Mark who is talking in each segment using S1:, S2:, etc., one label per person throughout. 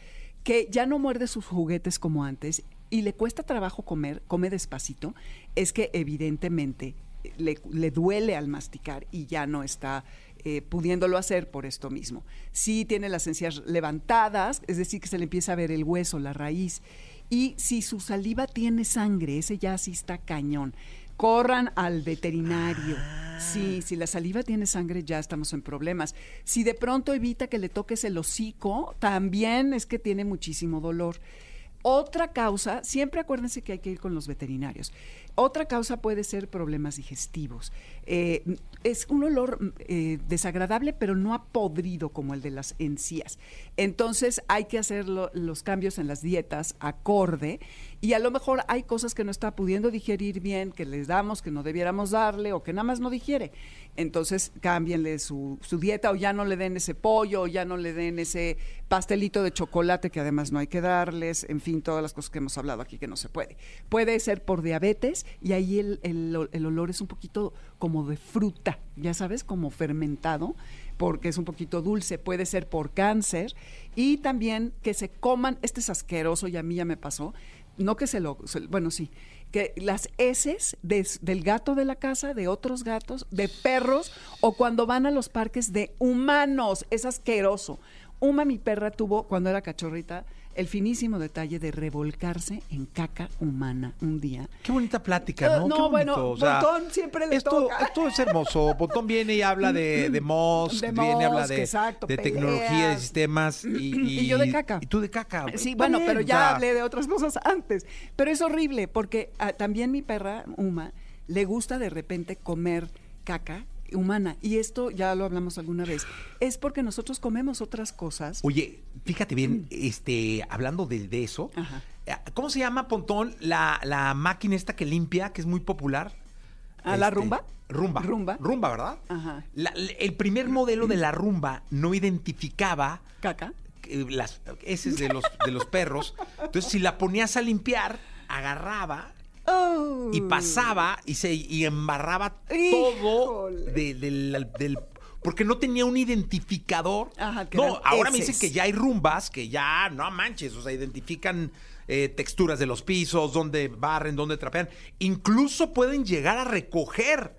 S1: que ya no muerde sus juguetes como antes y le cuesta trabajo comer, come despacito, es que evidentemente eh, le, le duele al masticar y ya no está eh, pudiéndolo hacer por esto mismo. Sí tiene las encías levantadas, es decir, que se le empieza a ver el hueso, la raíz. Y si su saliva tiene sangre, ese ya sí está cañón. Corran al veterinario. Sí, si la saliva tiene sangre ya estamos en problemas. Si de pronto evita que le toques el hocico, también es que tiene muchísimo dolor. Otra causa, siempre acuérdense que hay que ir con los veterinarios. Otra causa puede ser problemas digestivos. Eh, es un olor eh, desagradable, pero no ha podrido como el de las encías. Entonces hay que hacer los cambios en las dietas acorde y a lo mejor hay cosas que no está pudiendo digerir bien, que les damos, que no debiéramos darle o que nada más no digiere. Entonces cámbienle su, su dieta o ya no le den ese pollo o ya no le den ese pastelito de chocolate que además no hay que darles, en fin, todas las cosas que hemos hablado aquí que no se puede. Puede ser por diabetes y ahí el, el, el olor es un poquito como de fruta, ya sabes, como fermentado, porque es un poquito dulce, puede ser por cáncer y también que se coman, este es asqueroso y a mí ya me pasó, no que se lo, bueno, sí, que las heces de, del gato de la casa, de otros gatos, de perros o cuando van a los parques de humanos, es asqueroso. Uma, mi perra, tuvo cuando era cachorrita el finísimo detalle de revolcarse en caca humana un día.
S2: Qué bonita plática, ¿no?
S1: Ah, No,
S2: Qué bonito.
S1: bueno,
S2: O sea,
S1: Pontón siempre le
S2: esto,
S1: toca. Mm,
S2: esto es hermoso. Pontón viene y habla de, de Moss,
S1: De
S2: viene y habla
S1: Moss,
S2: de,
S1: exacto,
S2: de tecnología, de
S1: peleas.
S2: sistemas. Y,
S1: Y yo de caca.
S2: Y tú de caca.
S1: Sí, bueno,
S2: También,
S1: pero
S2: o
S1: ya
S2: sea,
S1: hablé de otras cosas antes. Pero es horrible porque ah, también mi perra, Uma, le gusta de repente comer caca humana. Y esto ya lo hablamos alguna vez. Es porque nosotros comemos otras cosas.
S2: Oye, fíjate bien, este, hablando de, de eso,
S1: Ajá.
S2: eh, ¿cómo se llama, Pontón, la, la máquina esta que limpia, que es muy popular? Este,
S1: Ah, ¿la rumba?
S2: Rumba.
S1: Rumba. Ah.
S2: Rumba, ¿verdad?
S1: Ajá.
S2: La- el primer modelo de la rumba no identificaba
S1: Caca.
S2: eh, las heces de los, de los perros. Entonces, si la ponías a limpiar, agarraba
S1: Oh.
S2: y pasaba y se y embarraba todo
S1: Híjole.
S2: de- del, del- porque no tenía un identificador.
S1: Ajá, que
S2: no,
S1: eran
S2: ahora me
S1: heces.
S2: dicen que ya hay rumbas que ya no manches, o sea, identifican eh, texturas de los pisos, dónde barren, dónde trapean. Incluso pueden llegar a recoger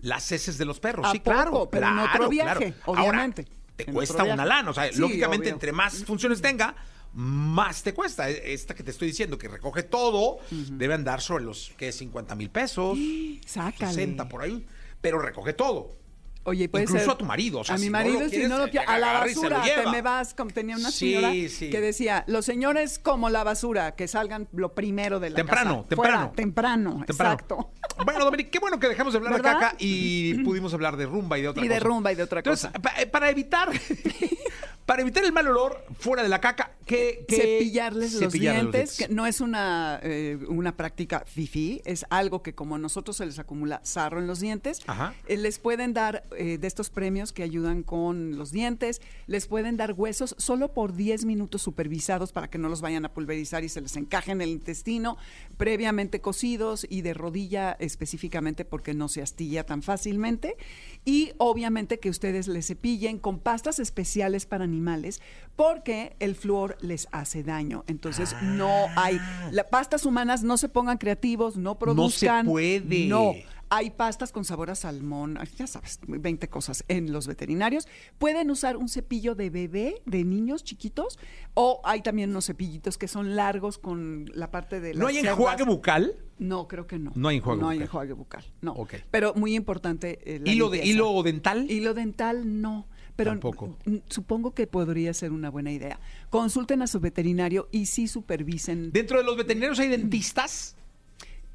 S2: las heces de los perros.
S1: ¿A
S2: sí, claro.
S1: poco? Pero en
S2: claro,
S1: otro viaje,
S2: Ahora,
S1: obviamente.
S2: te
S1: En otro
S2: cuesta una
S1: viaje.
S2: lana. O sea,
S1: Sí,
S2: lógicamente,
S1: obvio.
S2: entre más funciones tenga, más te cuesta. E- Esta que te estoy diciendo, que recoge todo, debe andar sobre los que 50 mil pesos,
S1: Sácale.
S2: 60 por ahí, pero recoge todo.
S1: Oye, puede
S2: Incluso
S1: ser-
S2: a tu marido, o sea,
S1: a
S2: si
S1: mi
S2: no lo
S1: marido,
S2: quieres,
S1: si no lo
S2: eh,
S1: quiere, a la
S2: agarra y se lo
S1: basura, te
S2: lleva.
S1: me vas, como tenía una
S2: Sí,
S1: señora
S2: sí.
S1: que decía, los señores como la basura, que salgan lo primero de la
S2: Temprano,
S1: casa.
S2: temprano.
S1: Fuera, temprano,
S2: Temprano.
S1: exacto.
S2: Bueno, Dominic, qué bueno que dejamos de hablar de
S1: ¿Verdad?
S2: caca y pudimos hablar de rumba y de otra
S1: Y
S2: cosa.
S1: de rumba y de otra
S2: Entonces,
S1: cosa.
S2: pa- eh, para evitar para evitar el mal olor fuera de la caca, que, que-
S1: cepillarles los
S2: cepillarles
S1: dientes, que no es una, eh, una práctica fifi, es algo que como a nosotros se les acumula sarro en los dientes,
S2: Ajá.
S1: eh, les pueden dar eh, de estos premios que ayudan con los dientes, les pueden dar huesos solo por 10 minutos supervisados para que no los vayan a pulverizar y se les encaje en el intestino, previamente cocidos y de rodilla específicamente porque no se astilla tan fácilmente. Y obviamente que ustedes les cepillen con pastas especiales para animales porque el flúor les hace daño. Entonces no hay... las pastas humanas no se pongan creativos, Ah. no produzcan...
S2: puede.
S1: No. Hay pastas con sabor a salmón, ay, ya sabes, 20 cosas en los veterinarios. Pueden usar un cepillo de bebé, de niños chiquitos, o hay también unos cepillitos que son largos con la parte de
S2: ¿No
S1: las
S2: hay
S1: cerdas.
S2: enjuague bucal?
S1: No, creo que no.
S2: No hay enjuague
S1: No hay
S2: bucal.
S1: enjuague bucal, no.
S2: Ok.
S1: Pero muy importante eh, la
S2: ¿Hilo, de,
S1: limpieza.
S2: ¿Hilo dental?
S1: Hilo dental no, pero
S2: Tampoco.
S1: n- supongo que podría ser una buena idea. Consulten a su veterinario y sí supervisen
S2: ¿Dentro de los veterinarios hay dentistas?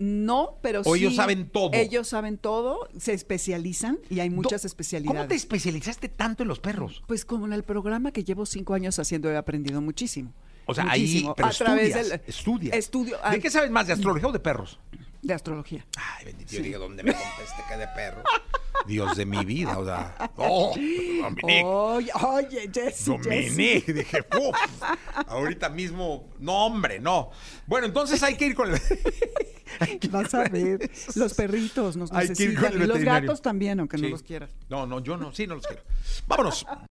S1: No, pero
S2: O
S1: sí.
S2: ellos saben todo.
S1: Ellos saben todo, se especializan y hay muchas
S2: Do-
S1: especialidades.
S2: ¿Cómo te especializaste tanto en los perros?
S1: Pues como en el programa que llevo cinco años haciendo he aprendido muchísimo.
S2: O sea,
S1: Muchísimo.
S2: ahí pero
S1: a través
S2: estudias,
S1: del
S2: estudias.
S1: estudio Mm.
S2: ¿De
S1: ay,
S2: qué sabes más, de astrología o de perros?
S1: de astrología.
S2: Ay, bendito, yo diga dónde me conteste que de perro. Dios de mi vida, o sea. ¡Oh! Dominique,
S1: Oye, oye, Jessy, Jessy.
S2: Dominique. Dije, ¡puf! Ahorita mismo. No, hombre, no. Bueno, entonces hay que ir con el. hay que ir
S1: Vas
S2: con
S1: a
S2: el-
S1: ver, los perritos nos
S2: Hay que ir con
S1: necesitan
S2: el
S1: y los
S2: veterinario.
S1: gatos también, aunque no
S2: Sí.
S1: los quieras.
S2: No, no, yo no, sí, no los quiero. Vámonos.